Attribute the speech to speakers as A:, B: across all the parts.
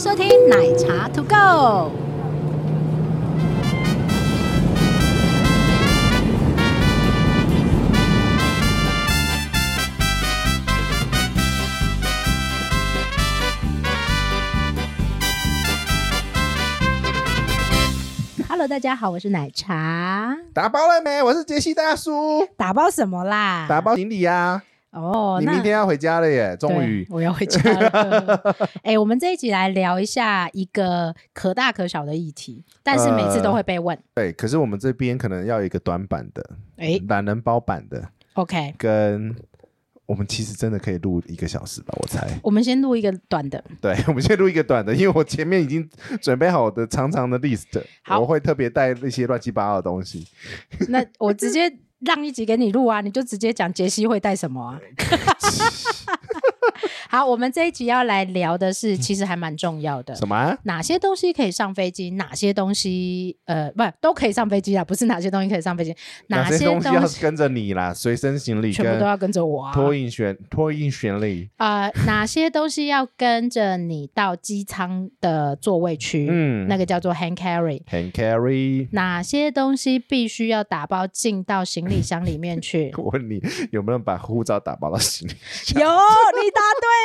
A: 收听奶茶 To Go。Hello，大家好，我是奶茶。
B: 打包了没？我是杰西大叔，
A: 打包什么啦？
B: 打包行李呀、
A: 啊哦，
B: 你
A: 那
B: 明天要回家了耶，终
A: 对
B: 于。
A: 我要回家 了。哎、我们这一集来聊一下一个可大可小的议题，但
B: 呃
A: 是每次都会被问。
B: 对，可是我们这边可能要有一个短版的、
A: 哎、
B: 懒人包版的，
A: o k
B: 跟我们其实真的可以录一个小时吧，我猜。
A: 我们先录一个短的。
B: 对，我们先录一个短的，因为我前面已经准备好我的长长的 list，
A: 好
B: 我会特别带一些乱七八糟的东西。
A: 那我直接让一集给你录啊，你就直接讲杰西会带什么 啊。好，我们这一集要来聊的是，其实还蛮重要的。
B: 嗯什么啊？
A: 哪些东西可以上飞机？哪些东西呃，不都可以上飞机啊？不是哪些东西可以上飞机，
B: 哪
A: 些
B: 些
A: 东
B: 东西要跟着你啦？随身行李
A: 全部都
B: 跟
A: 要跟着我啊？
B: 托运选托运行李，
A: 呃，哪些东西要跟着你到机舱的座位区？
B: 嗯
A: 那个叫做 hand carry。
B: ，hand carry。？
A: 哪些东西必须要打包进到行李箱里面去
B: 我问你有没有人把护照打包到行李
A: 有，你答对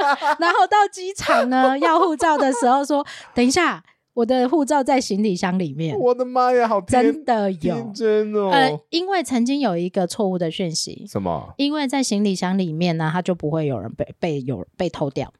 A: 了。 然后到机场呢，要护照的时候说：“等一下，我的护照在行李箱里面。
B: 我的妈呀，好”天
A: 真的有
B: 天，真哦！
A: 呃，因为曾经有一个错误的讯息，
B: 什么
A: 因为在行李箱里面呢，它就不会有人被被有被偷掉。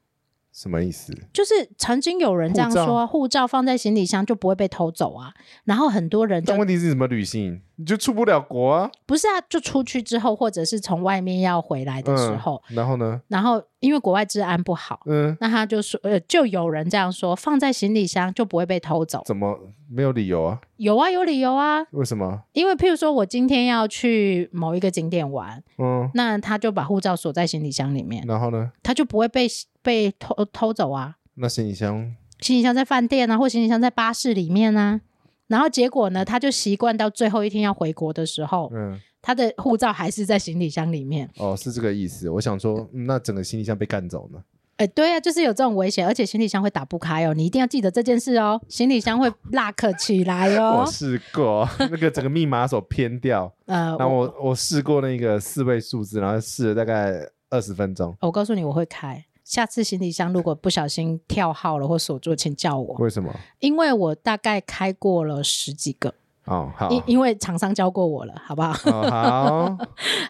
B: 什么意思？
A: 就是曾经有人这样
B: 护
A: 说，
B: 照
A: 护照放在行李箱就不会被偷走啊。然后很多人就
B: 但问题是怎么旅行？你就出不了国啊！
A: 不是啊，就出去之后，或者是从外面要回来的时候，
B: 然后呢？
A: 然后因为国外治安不好，
B: 嗯，
A: 那他就说，呃，就有人这样说，放在行李箱就不会被偷走。
B: 怎么没有理由啊？
A: 有啊，有理由啊，
B: 为什么？
A: 因为譬如说我今天要去某一个景点玩，
B: 嗯，
A: 那他就把护照锁在行李箱里面，
B: 然后呢？
A: 他就不会被被偷偷走啊。
B: 那行李箱
A: 行李箱在饭店啊，或行李箱在巴士里面啊。然后结果呢，他就习惯到最后一天要回国的时候，
B: 嗯，
A: 他的护照还是在行李箱里面。
B: 哦，是这个意思。我想说，嗯那整个行李箱被干走呢？
A: 哎，对啊，就是有这种危险，而且行李箱会打不开哦，你一定要记得这件事哦，行李箱会拉克起来
B: 我
A: 哦。
B: 试过啊 那个整个密码锁偏掉，
A: 呃，
B: 然后
A: 我
B: 我我试过那个四位数字，然后试了大概二十分钟。
A: 我告诉你，我会开。下次行李箱如果不小心跳号了或锁住，请叫我，
B: 为什么？
A: 因为我大概开过了十几个，
B: 哦，好，
A: 因因为厂商教过我了，好不好？
B: 哦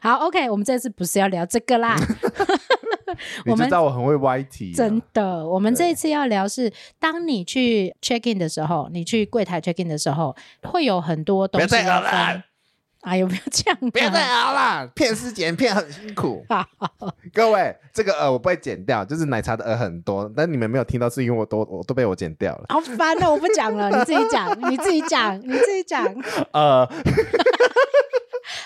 B: 好，
A: 好，OK，我们这次不是要聊这个啦。
B: 你
A: 我
B: 知
A: 们
B: 道我很会歪题啊，
A: 真的，我们
B: 对
A: 这一次要聊是，当你去 check in 的时候，你去柜台 check in 的时候，会有很多东
B: 不要
A: 西
B: 再
A: 要
B: 聊了
A: 分。哎呦，不要这样、啊，。
B: 不要再熬啦，骗尸检骗很辛苦
A: 好
B: 各位，这个呃我不会剪掉，就是奶茶的呃很多，但你们没有听到，是因为我都我都被我剪掉了。
A: 好烦哦！我不讲 了，你自己讲，你自己讲，你自己讲。
B: 呃，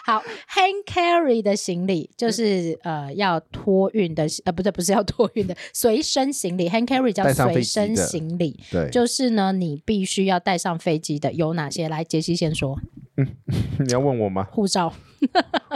A: 好，hand carry 的行李就是
B: 嗯
A: 呃要托运的，呃不对，不是要托运的，随身行李，hand carry 叫
B: 带上
A: 随
B: 飞机
A: 身
B: 的
A: 行李，
B: 对，
A: 就是呢你必须要带上飞机的有哪些？来，杰西先说，
B: 你要问我吗？
A: 护照，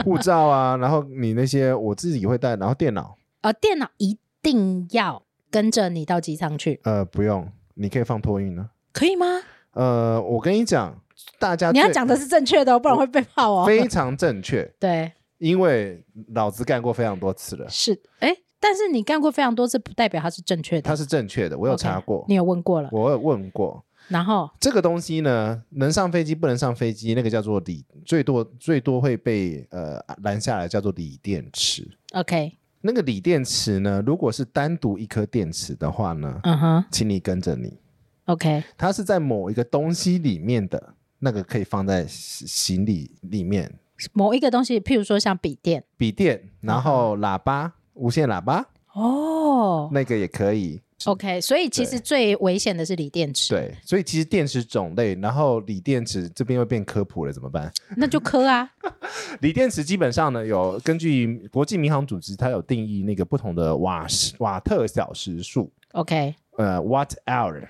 B: 护照啊，然后你那些我自己会带，然后电脑
A: 呃，电脑一定要跟着你到机舱去，
B: 呃不用，你可以放托运呢。
A: 可以吗？
B: 呃，我跟你讲，大家
A: 你要
B: 最
A: 讲的是正确的、哦，不然会被泡哦。
B: 啊非常正确，
A: 对，
B: 因为老子干过非常多次了，
A: 是，哎，但是你干过非常多次，不代表它是正确的。
B: 它是正确的，我有查过
A: OK，你有问过了，
B: 我有问过，
A: 然后
B: 这个东西呢，能上飞机不能上飞机，那个叫做锂，最多最多会被呃拦下来，叫做锂电池。
A: OK，
B: 那个锂电池呢，如果是单独一颗电池的话呢，
A: 嗯哼
B: 请你跟着你，
A: ，OK，
B: 它是在某一个东西里面的那个可以放在行行李里面，
A: 某一个东西，譬如说像笔电，
B: 笔电，然后喇叭，无线喇叭，
A: 哦
B: 那个也可以。
A: ，OK，所以其实
B: 对
A: 最危险的是锂电池，
B: 对，所以其实电池种类，然后锂电池这边又变科普了，怎么办？
A: 那就磕 啊，
B: 锂电池基本上呢，有根据国际民航组织，它有定义那个不同的瓦时瓦特小时数，
A: OK，
B: 呃，watt hour。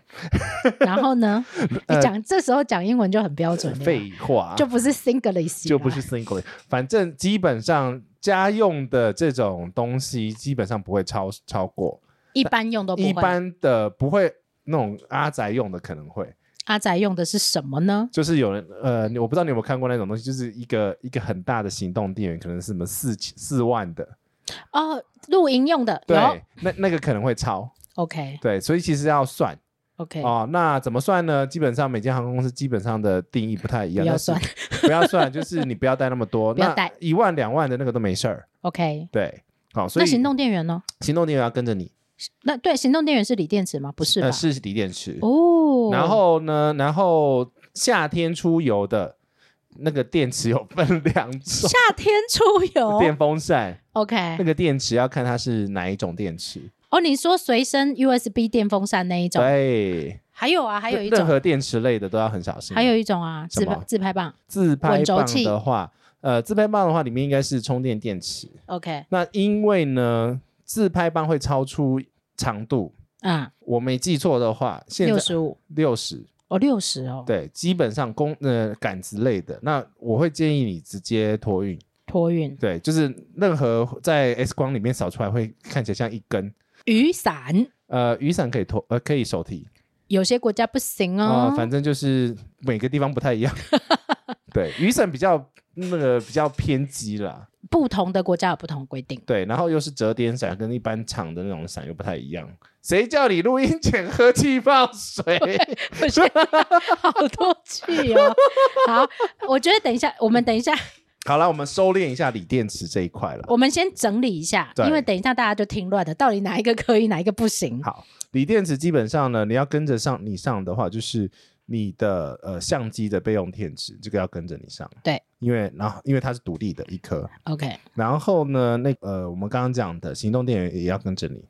A: 然后呢，你讲这时候讲英文就很标准了，
B: 呃废话，
A: 就不是啊 Singlish，
B: 就不
A: 啦
B: 是 single，反正基本上家用的这种东西基本上不会超超过。
A: 一般用都不会。
B: 一般的不会那种阿宅用的可能会，
A: 阿宅用的是什么呢？
B: 就是有人呃，我不知道你有没有看过那种东西，就是一个一个很大的行动电源，可能是什么四千四万的，
A: 哦，露营用的
B: 对
A: 有。，
B: 那那个可能会超，
A: OK
B: 对，所以其实要算
A: OK，
B: 哦。那怎么算呢？基本上每间航空公司基本上的定义不太一
A: 不
B: 样，
A: 要
B: 但是
A: 算
B: 不要算，就是你不要带那么 多，
A: 不要
B: 那
A: 带
B: 一万两万的那个都没事儿，
A: OK。
B: 对，好，所
A: 那
B: 以
A: 行动电源呢？
B: 行动电源要跟着你，
A: 那对，行动电源是锂电池吗？不是吧
B: 呃，？是锂电池，
A: 哦，
B: 然后呢，然后夏天出游的那个电池有分两种，
A: 夏天出游
B: 电风扇那
A: ，OK，
B: 个电池要看它是哪一种电池，
A: 哦，你说随身 USB 电风扇那一种，
B: 对，
A: 还有啊，还有一
B: 任
A: 种，
B: 何电池类的都要很小心。
A: 还有一种啊，
B: 什
A: 自
B: 么
A: 拍自拍棒
B: 自拍
A: 滚轴
B: 棒
A: 器
B: 的话，呃，自拍棒的话里面应该是充电电池，
A: ，OK，
B: 那因为呢，自拍棒会超出长度。
A: 啊，
B: 我没记错的话，现
A: 六
B: 在
A: 十五，
B: 六十
A: 哦，六十哦，
B: 对，基本上公呃杆子类的，那我会建议你直接托运，
A: 托运
B: 对，就是任何在 X 光里面扫出来会看起来像一根。
A: 雨伞，
B: 呃，雨伞可以拖，呃，可以手提，
A: 有些国家不行
B: 啊、
A: 哦，
B: 反正就是每个地方不太一样。 对，雨伞比较那个比较偏激啦，
A: 不同的国家有不同的规定。
B: 对，然后又是折叠伞，跟一般长的那种伞又不太一样。谁叫你录音前喝气泡 水？
A: 我现在好多气 哦。好，我觉得等一下，我们等一下，
B: 好了，我们收敛一下锂电池这一块了。
A: 我们先整理一下，
B: 对
A: 因为等一下大家就听乱了，到底哪一个可以，哪一个不行？
B: 好，锂电池基本上呢，你要跟着上你上的话，就是你的呃相机的备用电池，这个要跟着你上。
A: 对，
B: 因为然后因为它是独立的一颗，
A: OK，
B: 然后呢，那呃我们刚刚讲的行动电源也要跟着你，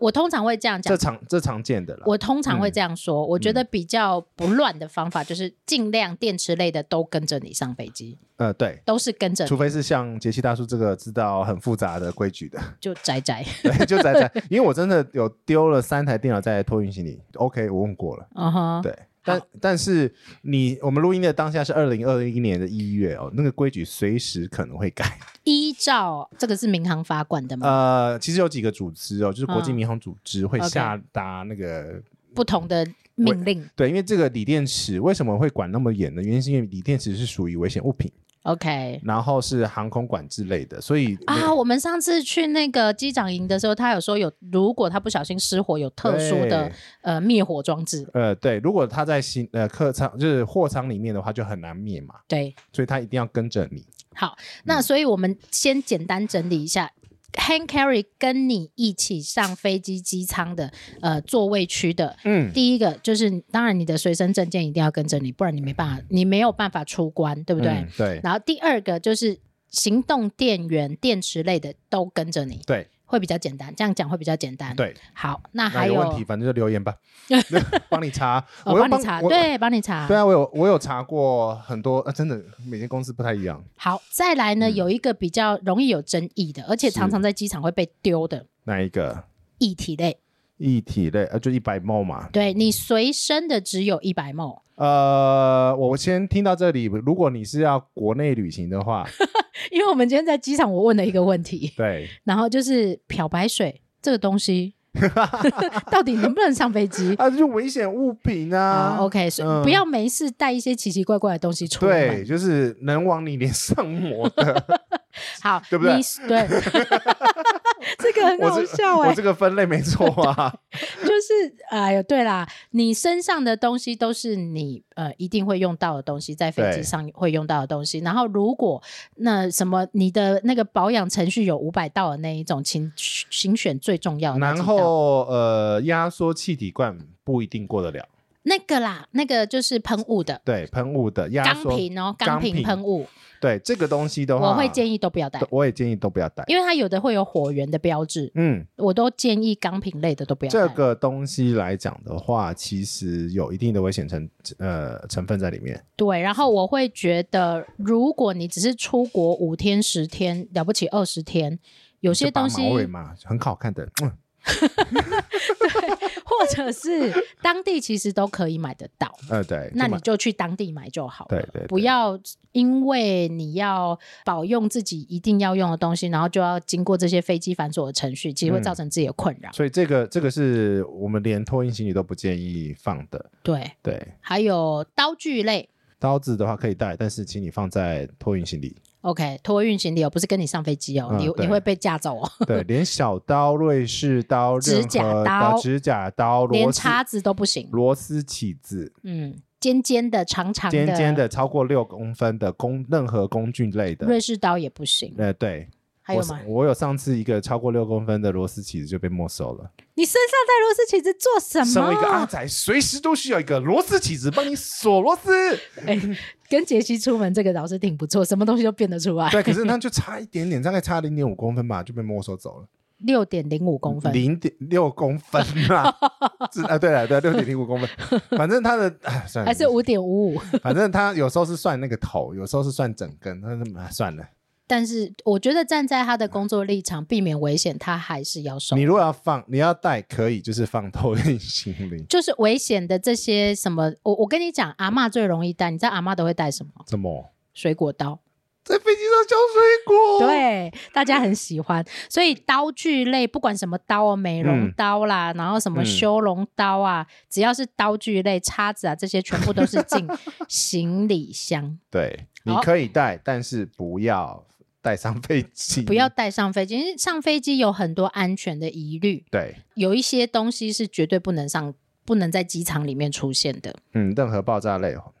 A: 我通常会这样
B: 这嗯
A: 讲。
B: 常这常见的啦。
A: 我通常会这样说，我觉得比较不乱的方法就是尽量电池类的都跟着你上飞机，
B: 呃对。
A: 都是跟着你
B: 除非是像杰西大叔这个知道很复杂的规矩的，
A: 就宅宅
B: 对， 就在在，因为我真的有丢了三台电脑在托运行李，OK，我问过了，
A: 嗯哼，
B: 对，但但是你我们录音的当下是二零二一年的一月哦，那个规矩随时可能会改，
A: 依照这个是民航法管的嘛，
B: 呃，其实有几个组织哦，就是国际
A: 嗯
B: 民航组织会
A: OK
B: 下达那个。
A: 不同的命令。
B: 对，因为这个锂电池为什么会管那么严呢？原因是因为锂电池是属于危险物品，
A: OK，
B: 然后是航空管制类的，所以没
A: 啊，我们上次去那个机长营的时候，他有说有，如果他不小心失火，有特殊的
B: 对
A: 呃灭火装置。
B: 呃对，如果它在新呃客舱就是货舱里面的话，就很难灭嘛，
A: 对，
B: 所以它一定要跟着你。
A: 好，
B: 嗯
A: 那所以我们先简单整理一下。Hand carry 跟你一起上飞机机舱的呃座位区的，
B: 嗯，
A: 第一个就是当然你的随身证件一定要跟着你，不然你没办法，你没有办法出关，对不对？
B: 嗯对
A: 然后第二个就是行动电源、电池类的都跟着你，
B: 对
A: 会比较简单。这样讲会比较简单。，
B: 对，
A: 好，那
B: 那
A: 还
B: 有
A: 有
B: 问题反正就 留言吧，帮你查，
A: 我
B: 又
A: 帮你查，
B: 我
A: 对，帮你查。
B: 对啊，我有我有查过很多，呃、真的每间公司不太一样。
A: 好，再来呢，
B: 嗯
A: 有一个比较容易有争议的，而且常常在机场会被丢的
B: 哪一个
A: 议题类。
B: 一体类？呃，就一百毛嘛。
A: 对你随身的只有一百毛，
B: 呃，我先听到这里，如果你是要国内旅行的话，
A: 因为我们今天在机场，我问了一个问题，
B: 对，
A: 然后就是漂白水这个东 西到底能不能上飞机？
B: 啊，这就危险物品啊。
A: 好，OK，所哦以
B: 嗯
A: 不要没事带一些奇奇怪怪的东西出门。
B: 对，就是能往你脸上抹 的，
A: 好，
B: 对不对
A: 你是 对，这个很
B: 我
A: 好
B: 这
A: 笑哎、
B: 我这个分类没错 啊。
A: 就是哎呦，对啦，你身上的东西都是你呃一定会用到的东西，在飞机
B: 对
A: 上会用到的东西。然后如果那什么你的那个保养程序有五百道的那一种，请请选最重要的那
B: 然
A: 几道。
B: 后呃，压缩气体罐不一定过得了，
A: 那个啦，那个就是喷雾的
B: 对，喷雾的压
A: 钢
B: 缩，
A: 瓶哦，
B: 钢
A: 钢瓶
B: 瓶
A: 喷雾，
B: 对这个东西的话，
A: 我会建
B: 议，
A: 议都不要带，
B: 我也建议都不要带。
A: 因为它有的会有火源的标志，
B: 嗯，
A: 我都建议钢瓶类的都不要带。
B: 这个东西来讲的话，其实有一定的危险成呃成分在里面。
A: 对，然后我会觉得，如果你只是出国五天、十天，了不起二十天，有
B: 有
A: 些东西
B: 马尾嘛，很好看的，嗯
A: 或者是当地其实都可以买得到。
B: 呃，对，
A: 那
B: 就
A: 你
B: 买
A: 就去当地买就好了，
B: 对对对
A: 不要因为你要保用自己一定要用的东西，然后就要经过这些飞机繁琐的程序，其实会
B: 嗯
A: 造成自己的困扰。
B: 所以这个这个是我们连托运行李都不建议放的。
A: 对，
B: 对，
A: 还有刀具类
B: 刀子的话可以带，但是请你放在托运行李。
A: ，OK，托运行李哦，不是跟你上飞机哦，
B: 嗯
A: 你
B: 对
A: 你会被架走哦，
B: 对，连小刀、瑞士刀、
A: 指
B: 任
A: 甲
B: 何
A: 刀
B: 指甲刀、
A: 连
B: 螺丝、
A: 叉子都不行。
B: 螺丝起子、
A: 嗯，尖尖的、长长的、
B: 尖尖的超过六公分的工，任何工具类的。
A: 瑞士刀也不行。
B: 呃，对，
A: 还有
B: 我
A: 吗
B: 上？我有上次一个超过六公分的螺丝起子就被没收了。
A: 你身上带螺丝起子做什
B: 身为一个啊阿
A: 么？
B: 仔，随时都需要一个螺丝起子帮你锁螺丝。
A: 跟杰西出门这个倒是挺不错，什么东西都变得出来。
B: 对，可是那就差一点点，大概差零点五公分吧，就被没收走了。
A: 六点零五公分，
B: 零点六公分 啦。是啊，对了，对，六点零五公分。反正它的，哎，算了，
A: 还是五点五五？
B: 反正它有时候是算那个头，有时候是算整根，那是啊算了。
A: 但是我觉得站在他的工作立场，避免危险，他还是要收
B: 你。如果要放，你要带可以，就是放透运 行李。
A: 就是危险的这些什么，我我跟你讲，阿嬷最容易带，你知道阿嬷都会带什么？
B: 怎么
A: 水果刀，
B: 在飞机上削水果？，
A: 对，大家很喜欢。所以刀具类，不管什么刀哦，美容
B: 嗯
A: 刀啦，然后什么
B: 嗯
A: 修容刀啊，只要是刀具类、叉子啊，这些全部都是 进行李箱，
B: 对，
A: 好
B: 你可以带，但是不要带上飞机，
A: 不要带上飞机。因为上飞机有很多安全的疑虑，
B: 对，
A: 有一些东西是绝对不能上、不能在机场里面出现的。
B: 嗯，任何爆炸类哦。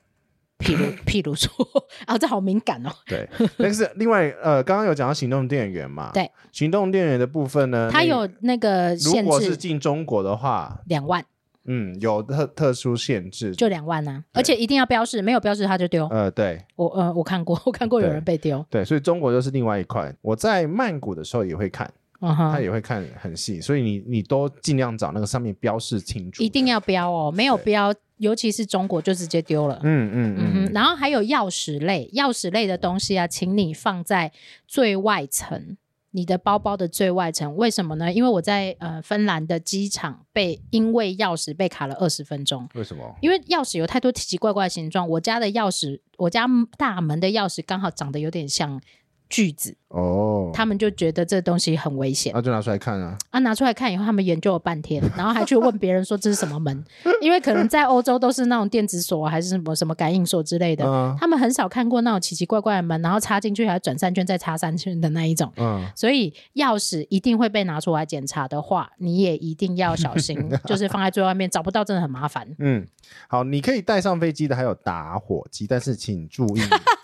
A: 譬 如譬如说， 啊，这好敏感哦。
B: 对，但是另外呃，刚刚有讲到行动电源嘛，
A: 对，
B: 行动电源的部分呢，
A: 它
B: 那
A: 有那个
B: 呃如
A: 限
B: 果是
A: 制
B: 进中国的话，
A: 两万，
B: 嗯，有特特殊限制，
A: 就两万啊，
B: 对
A: 而且一定要标示，没有标示它就丢。
B: 呃，对
A: 我呃，我看过，我 看过有人被丢。
B: 对，所以中国就是另外一块。我在曼谷的时候也会看，
A: 嗯
B: 他
A: 哼，
B: 也会看很细，所以你你都尽量找那个上面标示清楚，
A: 一定要标哦，没有
B: 对
A: 标，尤其是中国就直接丢了。
B: 嗯嗯
A: 嗯
B: 嗯
A: 哼，然后还有钥匙类，钥匙类的东西啊，请你放在最外层，你的包包的最外层。为什么呢？因为我在呃芬兰的机场被因为钥匙被卡了二十分钟。
B: 为什么？
A: 因为钥匙有太多奇奇怪怪的形状，我家的钥匙，我家大门的钥匙刚好长得有点像锯子，
B: 哦，
A: 他们就觉得这东西很危险
B: 那就拿出来看啊。
A: 啊。拿出来看以后，他们研究了半天，然后还去问别人说这是什么门，因为可能在欧洲都是那种电子锁啊还是什么什么感应锁之类的，
B: 嗯
A: 他们很少看过那种奇奇怪怪的门，然后插进去还转三圈再插三圈的那一种。
B: 嗯，
A: 所以钥匙一定会被拿出来检查的话，你也一定要小 心，就是放在最外面，找不到真的很麻烦。
B: 嗯，好，你可以带上飞机的还有打火机，但是请注 意，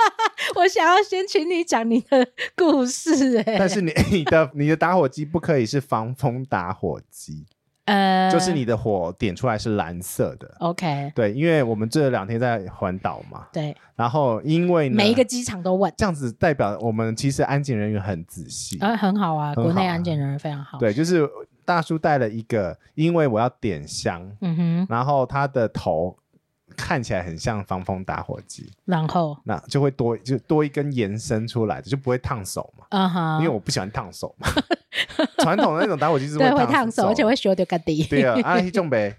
A: 我想要先请你讲你的故事、欸，
B: 但是你你的你的打火机不可以是防风打火机，
A: 呃，
B: 就是你的火点出来是蓝色的。
A: OK，
B: 对，因为我们这两天在环岛嘛，
A: 对，
B: 然后因为呢
A: 每一个机场都问，
B: 这样子代表我们其实安检人员很仔细，
A: 呃，很好啊，
B: 很好啊
A: 国内安检人员非常好，，
B: 对，就是大叔带了一个，因为我要点香，
A: 嗯哼，
B: 然后他的头看起来很像防风打火机，
A: 然后，
B: 那就会多就多一根延伸出来的，就不会烫手嘛。
A: 嗯哼，
B: 因为我不喜欢烫手嘛， 传统的那种打火机是
A: 对会烫
B: 烫
A: 手，而且会修掉个底，
B: 对啊，阿黑重呗，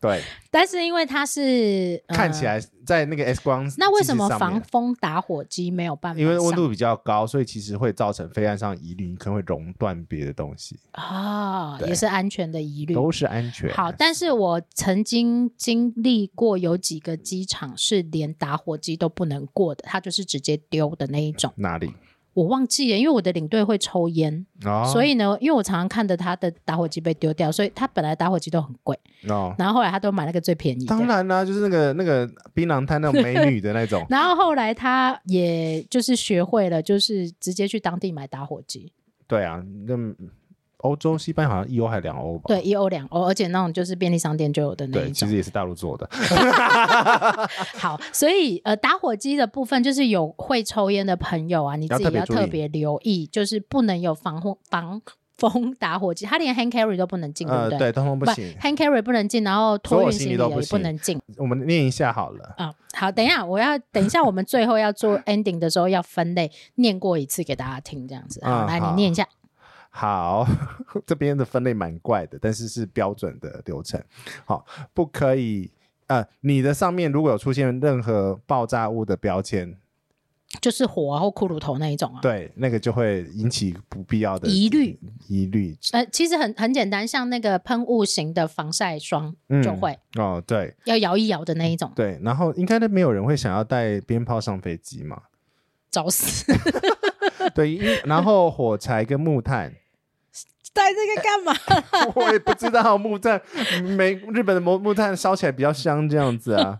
B: 对，
A: 哦但是因为它是、呃
B: 看起，来在那个 X 光
A: 那为什么
B: 机器上
A: 防
B: 面？
A: 风打火机没有办法上？
B: 因为温度比较高，所以其实会造成飞岸上疑虑，你可能会熔断别的东西，
A: 啊、
B: 对
A: 也是安全的疑虑。
B: 都是安全。啊
A: 好，但是我曾经经历过有几个机场是连打火机都不能过的，它就是直接丢的那一种。
B: 哪里？
A: 我忘记了，因为我的领队会抽烟，
B: 哦，
A: 所以呢，因为我常常看着他的打火机被丢掉，所以他本来打火机都很贵，
B: 哦，
A: 然后后来他都买那个最便宜
B: 当
A: 的。
B: 然啦、就是那个那个槟榔摊那种美女的那
A: ，
B: 种
A: 然后后来他也就是学会了，就是直接去当地买打火机，
B: 对啊，那欧洲西班牙好像一欧还两欧吧？
A: 对，一欧两欧，而且那种就是便利商店就有的那
B: 对，
A: 一
B: 其
A: 种
B: 实。也是大陆做的，
A: 好，所以呃，打火机的部分就是有会抽烟的朋友啊，你自己
B: 要特别
A: 要
B: 注意
A: 特别留意，就是不能有防火防风打火机，它连 hand carry 都不能进，对
B: 呃
A: 不，对？
B: 对，通通不行。
A: hand carry 不能进，然后
B: 所
A: 托
B: 有
A: 运
B: 行
A: 行
B: 李
A: 李
B: 都
A: 也
B: 不
A: 不
B: 行
A: 能进。
B: 我们念一下好了。
A: 啊、好，等一下，我要等一下，我们最后要做 ending 的时候要分类，念过一次给大家听，这样子。好，
B: 嗯
A: 来你
B: 好
A: 念一下。
B: 好， 这边的分类蛮怪的，但是是标准的流程。好，不可以呃，你的上面如果有出现任何爆炸物的标签，
A: 就是火啊或骷髅头那一种啊。
B: 对，那个就会引起不必要的
A: 疑虑。
B: 疑虑
A: 呃，其实很很简单，像那个喷雾型的防晒霜
B: 嗯
A: 就会、
B: 哦，对
A: 要摇一摇的那一种，
B: 对，然后应该都没有人会想要带鞭炮上飞机嘛？
A: 找死！
B: 对，因然后火柴跟木炭，
A: 带这个干嘛？
B: 我也不知道木炭，美日本的木木炭烧起来比较香这样子 啊，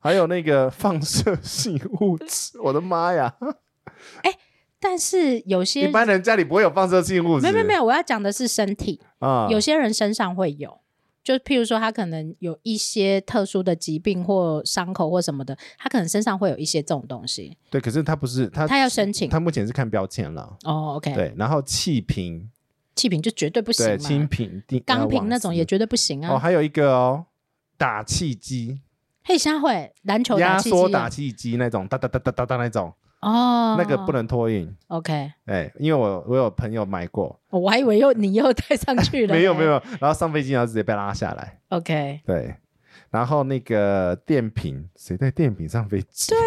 B: 还有那个放射性物质，我的妈呀！
A: 但是有
B: 一
A: 些
B: 般人家里不会有放射性物质，
A: 没有没有没有，我要讲的是身体，
B: 啊，
A: 有些人身上会有。就譬如说，他可能有一些特殊的疾病或伤口或什么的，他可能身上会有一些这种东西，
B: 对，可是他不是他
A: 他要申请。
B: 他目前是看标签了，
A: 哦，OK，
B: 对，然后气瓶，
A: 气瓶就绝对不行
B: 对，
A: 嘛
B: 清，瓶、定
A: 钢瓶那种也绝对不行
B: 哦，
A: 啊。
B: 还有一个哦，打气机，
A: 嘿，下会篮球
B: 压
A: 打气机
B: 缩
A: 啊
B: 打气机那种，哒哒哒哒哒哒那种，
A: 哦，
B: 那个不能托运。
A: OK，
B: 哎，因为我我有朋友买过，
A: 哦我还以为又你又带上去了，
B: 没有没。有，然后上飞机然后直接被拉下来，
A: OK，
B: 对，然后那个电瓶，谁带电瓶上飞机？对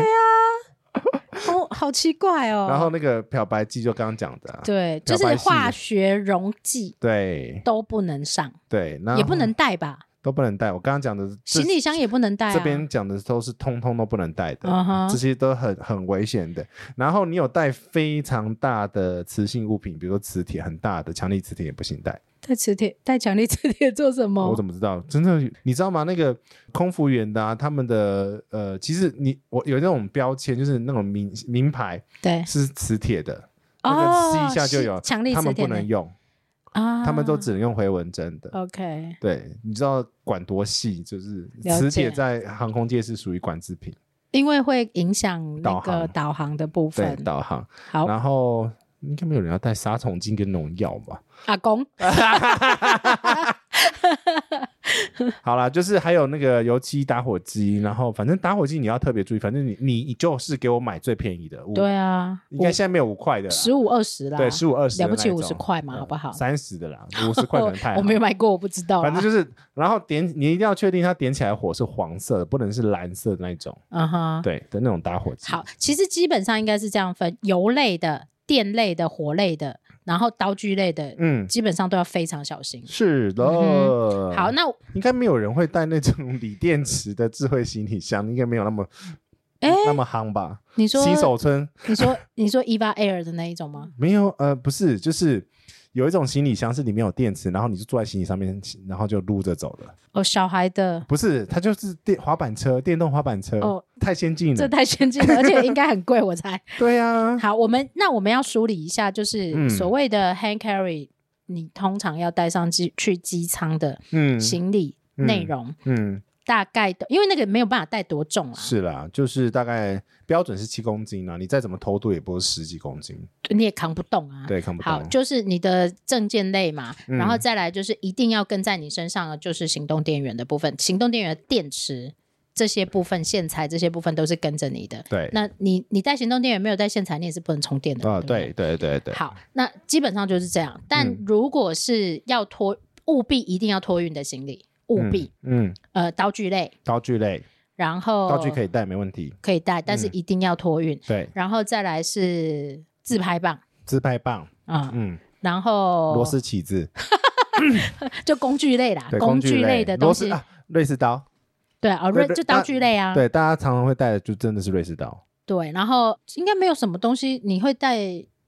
A: 哦，好奇怪哦。
B: 然后那个漂白剂就刚刚讲的啊，
A: 对，就
B: 漂
A: 是
B: 白系
A: 化学溶剂
B: 对
A: 都不能上，
B: 对，然后
A: 也不能带吧，
B: 都不能带，我刚刚讲的啊这
A: 行李箱也不能带啊。
B: 这边呃讲的都是通通都不能带的。
A: 嗯
B: 这
A: 哼，
B: 些都很很危险的。然后你有带非常大的磁性物品，比如说磁铁很大的，强力磁铁也不行带。
A: 带磁铁，带强力磁铁做什么？
B: 我怎么知道？真的，你知道吗？那个空服员的、啊，他们的呃，其实你我有那种标签，就是那种名名牌
A: 对？
B: 是磁铁的，那
A: 哦，
B: 个撕一下就有
A: 是哎强力
B: 他
A: 磁
B: 们
A: 铁
B: 不
A: 呢
B: 能用，
A: 啊，
B: 他们都只能用回纹针的。
A: 哦 OK。
B: 对，你知道管多细？就是
A: 了
B: 磁
A: 解
B: 铁在航空界是属于管制品，
A: 因为会影响那
B: 导
A: 个
B: 航
A: 导航的部
B: 对
A: 分。
B: 导航。
A: 好，
B: 然后应该没有人要带杀虫剂跟农药吧？
A: 阿公，
B: 好啦，就是还有那个油漆打火机，然后反正打火机你要特别注意，反正你你你就是给我买最便宜的，五
A: 对啊，
B: 应该现在没有五块的啦，
A: 十五二十啦，
B: 对十五二十
A: 了不起五十块嘛，好不好？
B: 三十的 啦，五十块可能太
A: 我
B: 好
A: 没啊有买过，我不知道啦。
B: 反正就是，然后点你一定要确定它点起来火是黄色的，不能是蓝色的那种，
A: 嗯哼，
B: 对的那种打火机。
A: 好，其实基本上应该是这样分：油类的、电类的、火类的，然后刀具类的，
B: 嗯，
A: 基本上都要非常小心。
B: 是的。
A: 嗯好，那
B: 应该没有人会带那种锂电池的智慧行李箱，应该没有那么
A: 哎
B: 那么夯吧？
A: 你说，
B: 新手村
A: 你说，你说 Eva Air 的那一种吗？
B: 没有，呃，不是，就是有一种行李箱是里面有电池，然后你就坐在行李上面，然后就撸着走的。
A: 哦，小孩的，
B: 不是，它就是电滑板车，电动滑板车，
A: 哦
B: 太先进
A: 这
B: 了。
A: 太先进了，而且应该很贵，我猜。
B: 对啊呀、
A: 好，我们那我们要梳理一下，就
B: 嗯
A: 是所谓的 hand carry，你通常要带上机去机舱的
B: 嗯
A: 行李
B: 嗯
A: 内容，
B: 嗯，
A: 大概的，因为那个没有办法带多重啊。
B: 是啦，就是大概标准是七公斤啊啦，你再怎么偷渡也不是十几公斤，
A: 你也扛不动啊。
B: 对，看不
A: 好，
B: 到。
A: 就是你的证件类嘛，
B: 嗯
A: 然后再来就是一定要跟在你身上的就是行动电源的部分，行动电源的电池这些部分、线材这些部分都是跟着你的。
B: 对，
A: 那你你带行动电源没有带线材，你也是不能充电的。
B: 啊，
A: 不对
B: 对对对对，
A: 好，那基本上就是这样。但
B: 嗯
A: 如果是要托，务必一定要托运的行李，务必、
B: 嗯，嗯，
A: 呃刀具类，
B: 道具类，
A: 然后
B: 道具可以带，没问题。
A: 可以带，但是
B: 嗯
A: 一定要托运。
B: 对，
A: 然后再来是自拍棒
B: 自拍棒，
A: 啊、
B: 嗯，
A: 然后
B: 螺丝起子，
A: 就工具类啦，
B: 对，
A: 工
B: 具
A: 具类的
B: 螺
A: 东
B: 丝
A: 西，
B: 啊，瑞士刀，
A: 对啊，
B: 对
A: 瑞
B: 对
A: 就
B: 那
A: 刀具类啊，
B: 对，大家常常会带的就真的是瑞士刀。
A: 对然后应该没有什么东西你会带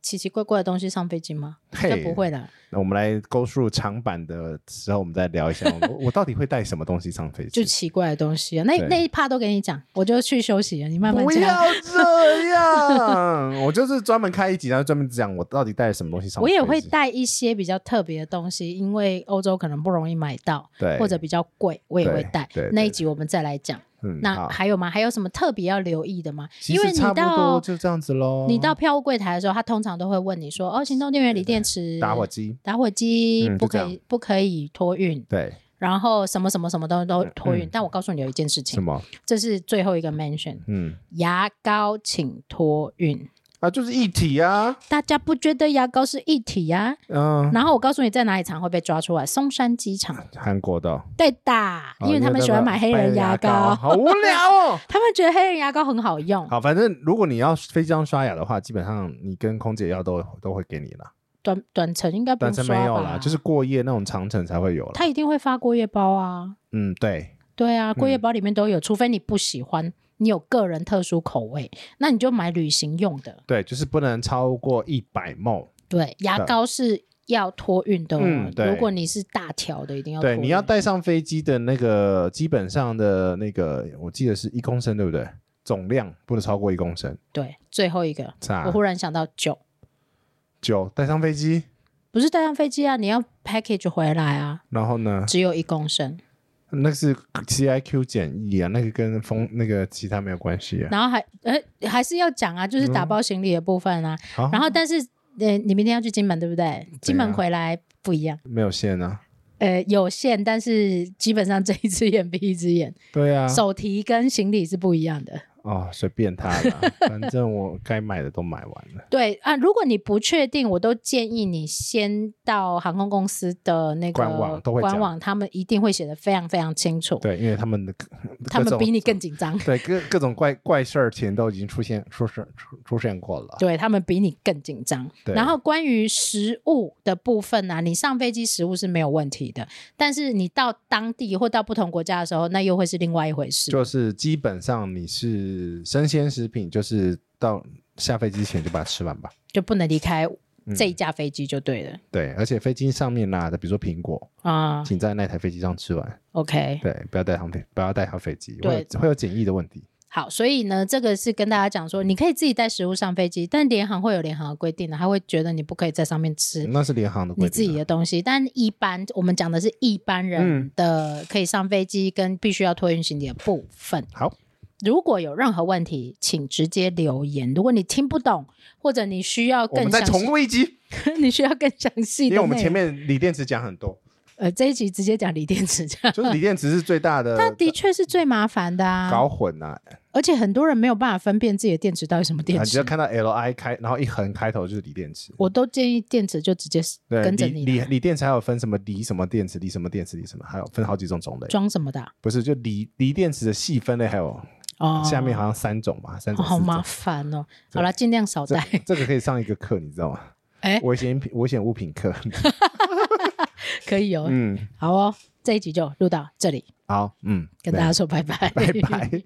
A: 奇奇怪怪的东西上飞机吗？应该
B: 嘿
A: 不会啦。
B: 那我们来勾述长版的时候，我们再聊一下，我 我到底会带什么东西上飞
A: 就
B: 机？
A: 奇怪的东西啊，那
B: 对
A: 那一趴都给你讲，我就去休息了，你慢慢
B: 不
A: 讲。
B: 要这样， 我就是专门开一集，然后专门讲我到底带了什么东西上
A: 我
B: 飞机。
A: 也会带一些比较特别的东西，因为欧洲可能不容易买到，
B: 对，
A: 或者比较贵，我也会带
B: 对对。
A: 那
B: 对
A: 一集我们再来讲。
B: 嗯，
A: 那
B: 好
A: 还有吗？还有什么特别要留意的吗？
B: 其
A: 因为
B: 实
A: 你
B: 差不多
A: 到
B: 就这样子喽。
A: 你到票务柜台的时候，他通常都会问你说：“哦，行动电源、锂电池、
B: 打火机，
A: 打火机
B: 嗯
A: 不
B: 就这
A: 可以不可以托运，
B: 对，
A: 然后什么什么什么东西都托运。
B: 嗯
A: 但我告诉你有一件事
B: 什
A: 情，
B: 么？
A: 这是最后一个 mention，
B: 嗯，
A: 牙膏请托运。
B: 啊，就是一体啊，
A: 大家不觉得牙膏是一体呀、
B: 嗯，
A: 然后我告诉你，在哪里常会被抓出来，松山机场。
B: 韩国的哦，
A: 对的，因为他们喜欢买黑
B: 啊
A: 人牙膏，
B: 好 无聊哦。
A: 他们觉得黑人牙膏很好用。
B: 好，反正如果你要飞机上刷牙的话，基本上你跟空姐要都都会给你啦。
A: 短短程应该不
B: 短
A: 用
B: 程
A: 刷
B: 没有
A: 吧
B: 啦，就是过夜那种长程才会有啦。
A: 他一定会发过夜包啊。
B: 嗯，对，
A: 对啊，过夜包里面都有，除非你不喜欢，你有个人特殊口味，那你就买旅行用的。
B: 对，就是不能超过一百 m
A: 对，牙
B: 对
A: 膏是要托运的、哦
B: 嗯对
A: 如果你是大条的，一定要
B: 对，
A: 托
B: 你要
A: 运
B: 带上飞机的那个基本上的那个，我记得是一公升，对不对？总量不能超过一公升。
A: 对最后一个。
B: 啥
A: 我？忽然想到酒，
B: 酒带上飞机，
A: 不是带上飞机啊，你要 package 回来啊，
B: 然后呢？
A: 只有一公升，
B: 嗯那是 CIQ 检疫啊，那个跟风那个其他没有关系啊。
A: 然后还呃还是要讲啊，就是
B: 嗯
A: 打包行李的部分啊，
B: 好，
A: 然后但是呃你明天要去金门对不对？金门
B: 哦对啊
A: 回来不一样，
B: 没有限啊。
A: 呃有限，但是基本上睁一只眼闭一只眼，
B: 对啊，
A: 手提跟行李是不一样的。
B: 哦，随便他 啦，反正我该买的都买完了。
A: 对啊，如果你不确定，我都建议你先到航空公司的那个
B: 官网都会
A: 官
B: 讲
A: 网他们一定会写的非常非常清楚，
B: 对，因为他们的各
A: 他
B: 各
A: 们
B: 种
A: 比你更紧张，
B: 对各各种怪怪事儿情都已经出现出现出出现过了。
A: 对他们比你更紧张。
B: 对
A: 然后关于食物的部分呢、啊，你上飞机食物是没有问题的，但是你到当地或到不同国家的时候，那又会是另外一回事。
B: 就是基本上你是生鲜食品，就是到下飞机前就把它吃完吧。
A: 就不能离开
B: 嗯
A: 这一架飞机就对了
B: 对，而且飞机上面拿的，比如说苹果，
A: 啊。
B: 请在那台飞机上吃完。
A: OK，
B: 对，不要带上飞，不要带上飞机，
A: 对
B: 会有会有检疫的问题。
A: 好，所以呢，这个是跟大家讲说，你可以自己带食物上飞机，但联航会有联航的规定的，他会觉得你不可以在上面吃。
B: 那是联航的规定、嗯
A: 你
B: 啊。
A: 自己的东西，但一般我们讲的是一般人的可以上飞机跟必须要托运行李的部分。
B: 好，
A: 如果有任何问题，请直接留言。如果你听不懂，或者你需要
B: 我
A: 更
B: 们再
A: 详
B: 重
A: 细，
B: 录一集，
A: 你需要更详细
B: 因
A: 的内容，
B: 为我们前面锂电池讲很多，
A: 呃这一集直接讲锂电池这样，
B: 就是锂电池是最大的
A: 它的确是最麻烦的啊。
B: 搞混啊，
A: 而且很多人没有办法分辨自己的电池到底什么电
B: 啊你
A: 池。
B: 就看到 L I 开，然后一横开头就是锂电池。
A: 我都建议电池就直接
B: 对，
A: 跟着
B: 锂
A: 你
B: 锂
A: 拿
B: 锂电池还有分什么锂什么电池、锂什么电池、锂什么，还有分好几种种类。
A: 装什么的啊
B: 不是，就锂锂电池的细分类还有
A: 哦，
B: 下面好像三种吧，三
A: 哦
B: 种
A: 好
B: 四
A: 麻
B: 种。
A: 烦 哦。
B: 对
A: 好了，尽量少
B: 这
A: 带。
B: 这个可以上一个课，你知道吗？
A: 哎
B: 危险品危险物品 课。
A: 可以哦，
B: 嗯，
A: 好哦，这一集就录到这里，
B: 好，嗯，
A: 跟大家说拜拜，
B: 拜拜。